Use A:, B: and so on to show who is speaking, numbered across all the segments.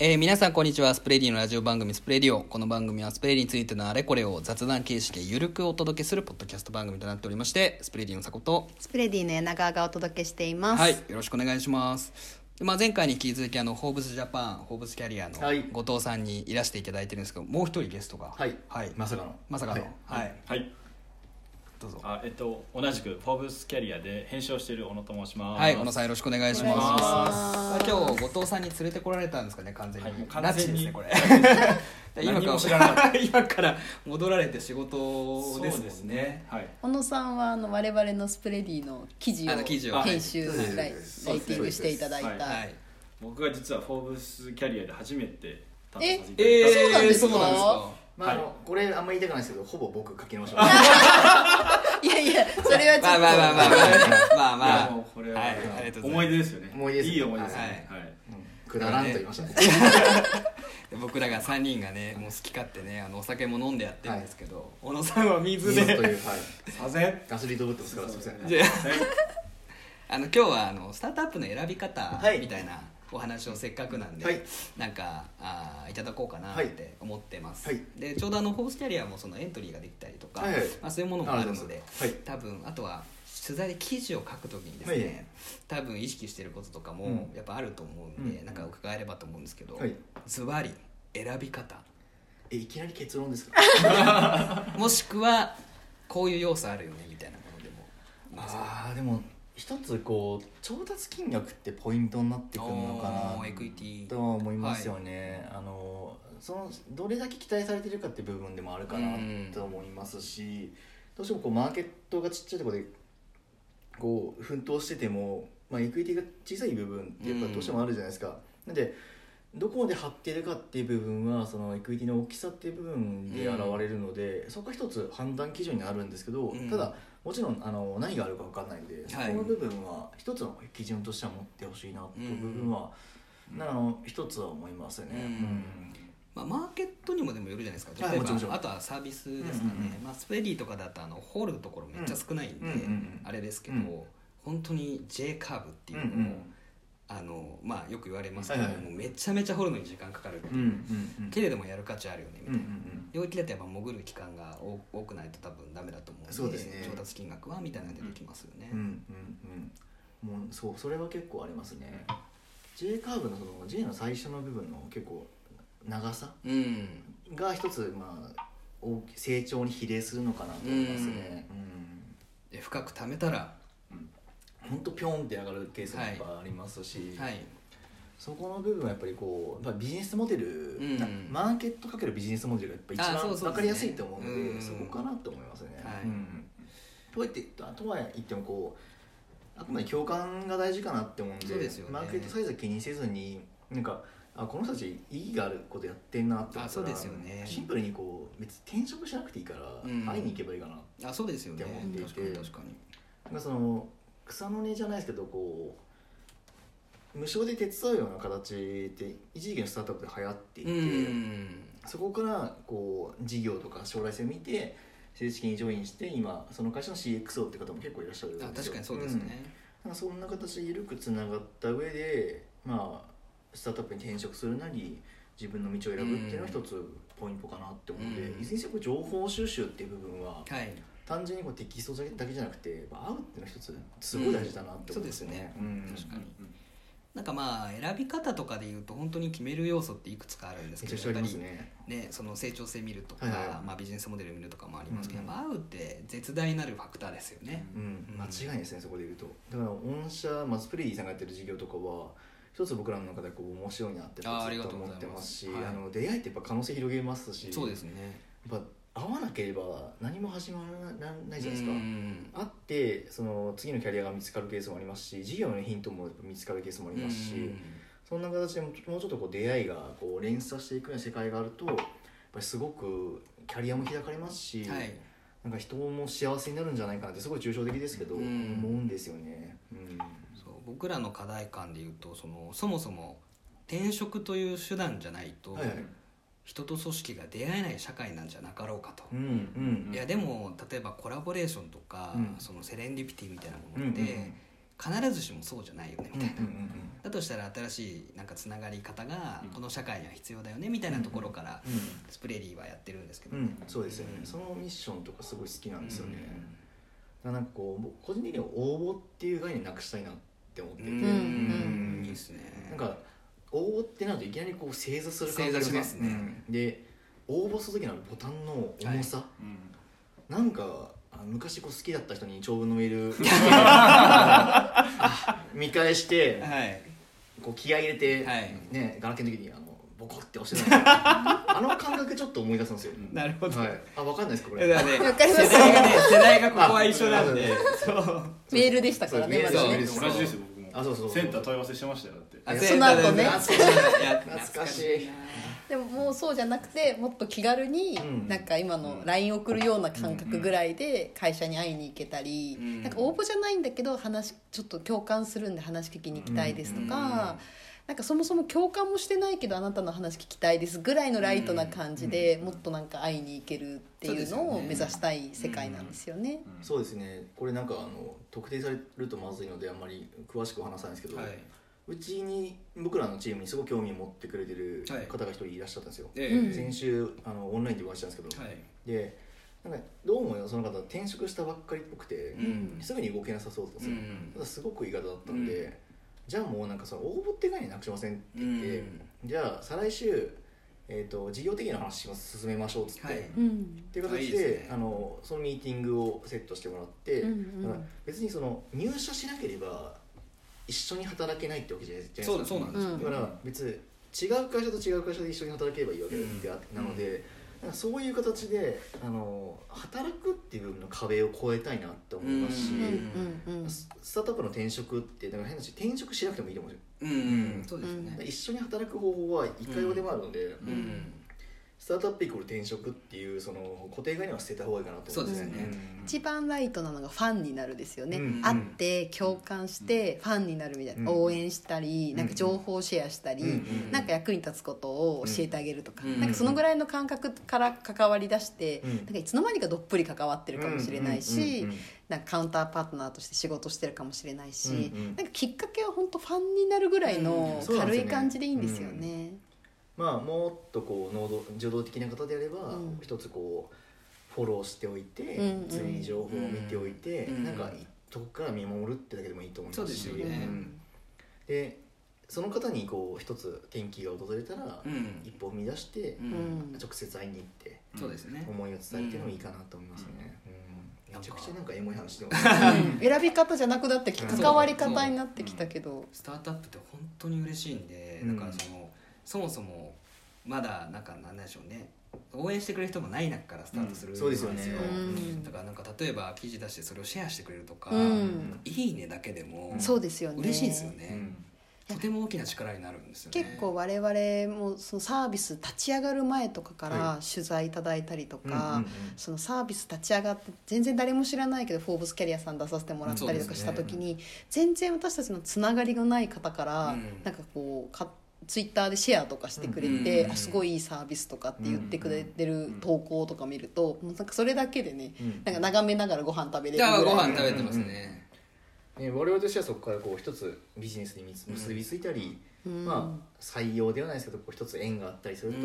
A: えー皆さんこんにちはスプレディのラジオ番組スプレディオこの番組はスプレディについてのあれこれを雑談形式でゆるくお届けするポッドキャスト番組となっておりましてスプレディのさこと
B: スプレディの柳川がお届けしています。
A: はいよろしくお願いしますでまあ、前回に引き続きあのホーブスジャパンホーブスキャリアの
C: はい
A: 後藤さんにいらしていただいてるんですけど、もう一人ゲストが
C: はい
A: はい、
D: まさかの
A: まさかのはい、
D: はい
A: どうぞ
D: あえっと同じく「フォーブスキャリア」で編集をしている小野と申します
A: はい小野さんよろしくお願いし
B: お願いし
A: ま
B: ますす
A: まあ今日後藤さんに連れてこられたんですかね完全に、
D: はいもう完
A: 拉致
D: 全
A: です
D: に
A: ねこれ 今
D: 何
A: か
D: も
A: ら
D: 知らなか
A: 今から戻られて仕事
D: そ
A: ですもんね
D: うですねはい
B: 小野さんはあの我々のスプレディの記事
A: あの記事を
B: を編集
C: はい
B: ライライティングしていただいた。
A: はい
D: 僕が実は「フォーブスキャリア」で初めて担当させていただい
A: えー、
D: た
B: そうなんです
A: そ
B: か
A: うなんですか
C: まあ、あ
D: は
C: のこれあんまり言いたくないですけどほぼ僕書き直しま
B: いやいやそれはちょっ
A: まあ
B: と。
A: まあまあまあまあ
D: い
A: まあ
D: やもうこれ は、
A: はいありがとうございます
D: 思い出ですよね
C: 思い出です
D: いい思い出ですね、はい
C: すくだらんと言いましたね
A: 僕らが3人がねもう好き勝手ねあのお酒も飲んでやってるんですけど、小野さんは水
C: 水と
A: で
C: いうはい
D: さぜ
C: ガスリードぶってますからすいません
A: じゃああの今日はあのスタートアップの選び方
C: はい
A: みたいなお話をせっかくなんで、
C: はい
A: なんかあーいただこうかなって思ってます、
C: はい
A: でちょうどあのホースキャリアもそのエントリーができたりとか、
C: はいはい
A: まあ、そういうものもあるので、
C: はい
A: 多分あとは取材で記事を書くときにです
C: は
A: ね
C: い、
A: 多分意識してることとかも
C: うん
A: やっぱあると思うんで、
C: うん
A: なんか伺えればと思うんですけど、
C: はい
A: ズバリ選び方
C: えいきなり結論ですか
A: もしくはこういう要素あるよねみたいなものでもいいですか
C: あーでも一つこう調達金額ってポイントになってくるのか
A: おー
C: な
A: エクイティ
C: とは思いますよね、あのそのどれだけ期待されてるかって部分でもあるかなと思いますし、どうしてもこうマーケットがちっちゃいところでこう奮闘してても、まあ、エクイティが小さい部分ってやっぱどうしてもあるじゃないですか、なんでどこまで張ってるかっていう部分はそのエクイティの大きさっていう部分で現れるので、そこが一つ判断基準になるんですけど、
A: うん
C: ただもちろんあの何があるか分かんないんで、
A: はい
C: そこの部分は一つの基準としては持ってほしいなという部分は、なあの一つは思いますね、
A: うんまあ、マーケットにもでもよるじゃないですか
C: はい
A: 例え
C: もちろんもちろ
A: ば
C: ん
A: あとはサービスですかね、
C: うんうんうん
A: まあ、スプレディとかだとあの掘るところめっちゃ少ないんで、
C: うんうんうんうん
A: あれですけど、
C: うん
A: 本当に J カーブっていううんのを、あのまあ、よく言われますけど、
C: はいはい
A: もうめちゃめちゃ掘るのに時間かかる、
C: うんうんうん
A: けれどもやる価値あるよねみた
C: う
A: い
C: んう
A: な、
C: ん
A: 領域だとやっぱ潜る期間が多多くないと多分ダメだと思うんで
C: そうですね
A: 調達金額はみたいなのでできますよね。
C: うんうんうんもうそうそれは結構ありますね J カーブのその J の最初の部分の結構長さ
A: うん、
C: が一つまあ大き成長に比例するのかなと思いますね
A: で深く貯めたら、
C: うんほんとピョンって上がるケースもやっぱありますし、
A: はい、
C: そこの部分はやっぱりこう、まあ、ビジネスモデル、
A: うん
C: なマーケットかけるビジネスモデルがやっ
A: あ
C: ぱ
A: そう
C: 一
A: そうそう
C: 番分かりやすいと思うので
A: うん
C: そこかなと思いますね。
A: はい
C: うんとはいってととは言ってもこうあくまで共感が大事かなって思うんで
A: そうですよね
C: マーケットサイズは気にせずになんかあこの人たち意義があることやってんなって思ったら
A: あそうですよね
C: シンプルにこう別に転職しなくていいから
A: うん
C: 会いに行けばいいかな
A: あそうですよね
C: って思っていて
A: 確かに確かに。
C: なんかその草の根じゃないですけどこう無償で手伝うような形って一時期のスタートアップで流行っていて、
A: うん
C: そこからこう事業とか将来性を見て正式にジョインして今その会社の CXO って方も結構いらっしゃるんです
A: あ
C: よ
A: 確かにそうです
C: ん
A: ね、
C: なんかそんな形で緩くつながった上でまあスタートアップに転職するなり自分の道を選ぶっていうのは一つポイントかなって思うので、
A: うん
C: いずれにせよ情報収集っていう部分は
A: はい
C: 単純にこうテキストだけじゃなくて、まあ、会うっていうのは一つすごい大事だなって思いますね。
A: うん
C: うん
A: 確かになんかまあ選び方とかでいうと本当に決める要素っていくつかあるんです
C: め
A: け
C: ちゃ
A: ど
C: くちゃあります
A: やっ
C: ね。
A: ぱりねその成長性見るとか、
C: はいはいはい
A: まあ、ビジネスモデル見るとかもありますけど、
C: うん
A: やっぱ合うって絶大なるファクターですよね、
C: うん
A: うん
C: 間違いないですね、そこで言うとだから御社、まあ、スプレディさんがやってる事業とかは一つ僕らの中でこう面白いなって
A: あー
C: ずっと
A: ありがとうご
C: 思っ
A: ざいます
C: てますし
A: はい
C: あの出会いってやっぱ可能性広げますし
A: そうですね
C: やっぱ会わなければ何も始まらないじゃないですか、
A: うん
C: 会ってその次のキャリアが見つかるケースもありますし事業のヒントもやっぱ見つかるケースもありますし、
A: うん
C: そんな形でもうもうちょっとこう出会いがこう連鎖していくような世界があるとやっぱりすごくキャリアも開かれますし、
A: はい
C: なんか人も幸せになるんじゃないかなってすごい抽象的ですけど、
A: うん
C: 思うんですよね。うん
A: そう僕らの課題感でいうとそのそもそも転職という手段じゃないと、
C: はいはい
A: 人と組織が出会えない社会なんじゃなかろうかと、
C: うんうん
A: いやでも例えばコラボレーションとか、
C: うん
A: そのセレンディピティみたいなも
C: うん
A: のって、
C: うん
A: 必ずしもそうじゃないよねみたいな、
C: うんうんうん
A: だとしたら新しいなんかつながり方がこの社会には必要だよねみたいなところから
C: う
A: スプレディはやってるんですけど、
C: ん、そうですよね、
A: うん
C: そのミッションとかすごい好きなんですよね、だからなんかこう僕個人的には応募っていう概念なくしたいなって思ってて、
A: うん
B: ん
A: いいですね
C: なんか応募ってなるといきなりこう正座する感じが
A: 正座しますね
C: うんで応募する時のボタンの重さ、
D: うん
C: なんかあの昔こう好きだった人に長文の メール見返して
A: はい
C: こう気合い入れて、
A: はい
C: ねガラケーの時にあのボコって押してたんですよあの感覚ちょっと思い出すんですよ、
A: なるほど、
C: はい、あ分かんないですかこ
A: だ
C: れ
A: からね
B: わかります
A: 世代がね世代がここは一緒なんで
C: あ
A: そう
B: メールでしたからね
C: そう
A: メ
B: ま
A: ー
B: だ
A: ル
B: ね
A: で
C: そう
D: 同じですよ僕も
C: あそうそうそう
D: センター問い合わせしてましたよだって
A: あ
B: その後
A: 世
B: ね
A: 代だそうや
C: 懐かしい
B: でももうそうじゃなくてもっと気軽に
C: うん
B: なんか今の LINE 送るような感覚ぐらいで会社に会いに行けたり
A: うん
B: なんか応募じゃないんだけど話ちょっと共感するんで話聞きに行きたいですとか。なんかそもそも共感もしてないけどあなたの話聞きたいですぐらいのライトな感じでもっとなんか会いに行けるっていうのを目指したい世界なんですよね。
C: そうですねこれなんかあの特定されるとまずいのであんまり詳しくは話さないんですけど、
A: はいう
C: ちに僕らのチームにすごく興味を持ってくれてる
A: はい
C: 方が一人いらっしゃったんですよ、
A: え
B: う
A: え
B: ん
C: 先週あのオンラインでお会いしたんですけど、
A: はい
C: でなんかどうもその方転職したばっかりっぽくて、
A: うん
C: すぐに動けなさそうだったんで
A: う
C: すよ、
A: ん
C: ただすごくいい方だったんで、
A: うん
C: じゃあもうなんかその応募って概念なくしませんって言って、
A: うん
C: じゃあ再来週、えー、と事業的な話を進めましょうっつって、
A: はい
B: うん
C: っていう形で
A: あいいですね
C: あのそのミーティングをセットしてもらって、
B: うんうん
C: だから別にその入社しなければ一緒に働けないってわけじゃないです
A: そうだそうなんですよ、
B: うん
C: だから別に違う会社と違う会社で一緒に働けばいいわけであって、なので、なんかそういう形であの働くっていう部分の壁を越えたいなって思いますし、
A: う
B: うん
A: ん
B: うんうん
C: ススタートアップの転職ってだから変な話転職しなくてもいいと思うんですよ
A: うんうんそうですよ
C: だ
A: ね
C: から一緒に働く方法はいかようでもあるので、
A: うん
C: スタートアップイコール転職っていうその固定概念は捨てた方がいいかなと思うんですよ
A: そうですよね
B: 一番ライトなのがファンになるですよね、
C: うん
B: 会って共感してファンになるみたいな、
C: うん
B: 応援したり、
C: ん
B: なんか情報シェアしたり、
C: うん
B: なんか役に立つことを教えてあげるとか、
A: うん
B: なんかそのぐらいの感覚から関わりだして、
C: うん
B: なんかいつの間にかどっぷり関わってるかもしれないし、
C: うんうんうんうん
B: なんかカウンターパートナーとして仕事してるかもしれないし、
C: うんうん
B: なんかきっかけは本当ファンになるぐらいの
C: うんそうなん
B: 軽
C: ですよね
B: い感じでいいんですよね。
C: まあもっとこう能動受動的な方であれば、
B: うん
C: 一つこうフォローしておいて、
B: うんうん
C: 常に情報を見ておいて、
A: うん
C: なんか遠くから見守るってだけでもいいと思いますし
A: そうですよね
C: んでその方にこう一つ転機が訪れたら、
A: うん
C: 一歩踏み出して、
A: うん
B: うん
C: 直接会いに行って
A: そうですね
C: 思いを伝えてもいいかなと思いますね、うん
A: うん
C: めちゃくちゃなんかエモい話してますね
B: うん選び方じゃなくなってきた
C: うん
B: 関わり方になってきたけど、
A: スタートアップって本当に嬉しいんで、
C: うん
A: だからそのそもそもまだなんかなんでしょうね応援してくれる人もない中からスタートする
C: うんそうですよね
A: なん
B: うん
A: だからなんか例えば記事出してそれをシェアしてくれるとか、
B: うん
A: いいねだけでも、
B: そうですよね
A: 嬉しいですよ
C: う
A: ね、
C: ん
A: とても大きな力になるんですよね
B: 結構我々もそのサービス立ち上がる前とかから
C: は
B: 取材いただいたりとか、
C: うんうんうん
B: そのサービス立ち上がって全然誰も知らないけど「フォーブスキャリア」さん出させてもらったりとかした時に、全然私たちのつながりのない方から、
A: うん
B: なんかこうかツイッターでシェアとかしてくれ
A: うんうん
B: て、
A: うん
B: あすごいいいサービスとかって言ってくれてる投稿とか見ると、もうなんかそれだけでね、
C: うん
B: なんか眺めながらご飯食べれる
A: じゃあ
B: ぐ
A: ご
B: らい
A: 飯食べてますね、
C: ね、我々としてはそこからこう一つビジネスに結結びついたり、
B: うん
C: まあ、採用ではないですけどこう一つ縁があったりすると、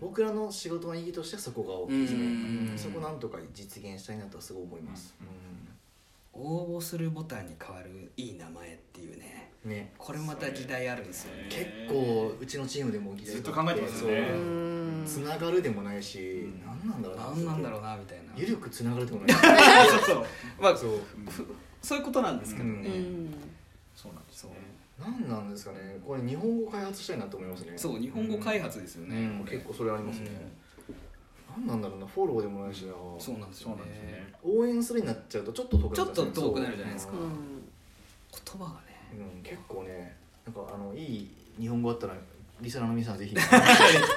C: 僕らの仕事の意義としてはそこが大きいですね、
A: うん
C: そこなんとか実現したいなとはすごい思います、
A: 応募するボタンに変わるいい名前っていうね
C: うんね
A: これまた議題あるんですよね
C: 結構うちのチームでも議題
D: ずっと
C: があ
D: 考え
C: って
D: ますよね
C: そう
B: うん
C: つながるでもないし、
D: ん
C: なん、何なんだろう
A: 何なんだろうなみたいな
C: ゆるくつながる でもない
D: そうそう
A: まあ
C: そう
A: そういうことなんですけどね、
B: うん
D: そうなんですね
C: 何なんですかねこれ日本語開発したいなと思いますね
A: そう日本語開発ですよね、
C: ね、
A: これ
C: 結構それありますね、何なんだろうなフォローでもないしな
A: そうなんです
D: そ
A: よ
D: う
A: ね
D: なんですね
C: 応援するになっちゃうとちょっと遠くなっちゃう
A: ちょっと遠くなるじゃないですか
B: う
C: うん
B: ん
A: 言葉がね
C: うん結構ねなんかあのいい日本語あったらリスナーの皆さんぜひ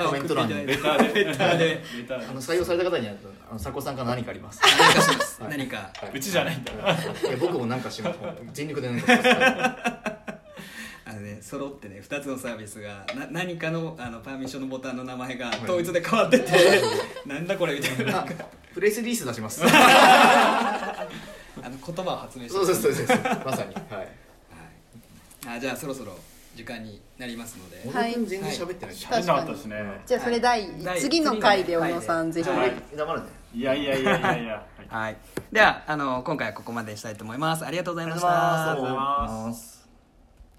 C: コメント欄に
A: 送っていた
C: あ
D: タ
A: だい
D: ー
A: てレターで
D: ターで
C: の採用された方にはあの佐古さんから何かあります、
A: 何かします、
C: はい
A: 何か
C: は
D: うちじゃないんだ
C: いや僕も何かします全力で何かしますは
A: あのね揃ってね2つのサービスがな何かのあのパーミッションのボタンの名前が統一で変わってて、なんだこれみたい
C: い
A: な
C: あ プレスリリース出します
A: あの言葉を発明して
C: そうそうそうそうまさにはい
A: あじゃあそろそろ時間になりますので、
C: 小野君全然喋ってないし、
B: は
D: 喋
B: い
D: んなかったですね、
B: じゃあそれ第
A: 第
B: 次の回で
A: 次の
B: 小
A: 回で
B: 野さんぜひ
D: は
B: あ
D: い
C: 俺黙るね
D: いやいやいやいやいや、はい
A: はい、ではあの今回はここまでにしたいと思いますありがとうございました
D: ありがとうございま
C: ま
D: す
C: す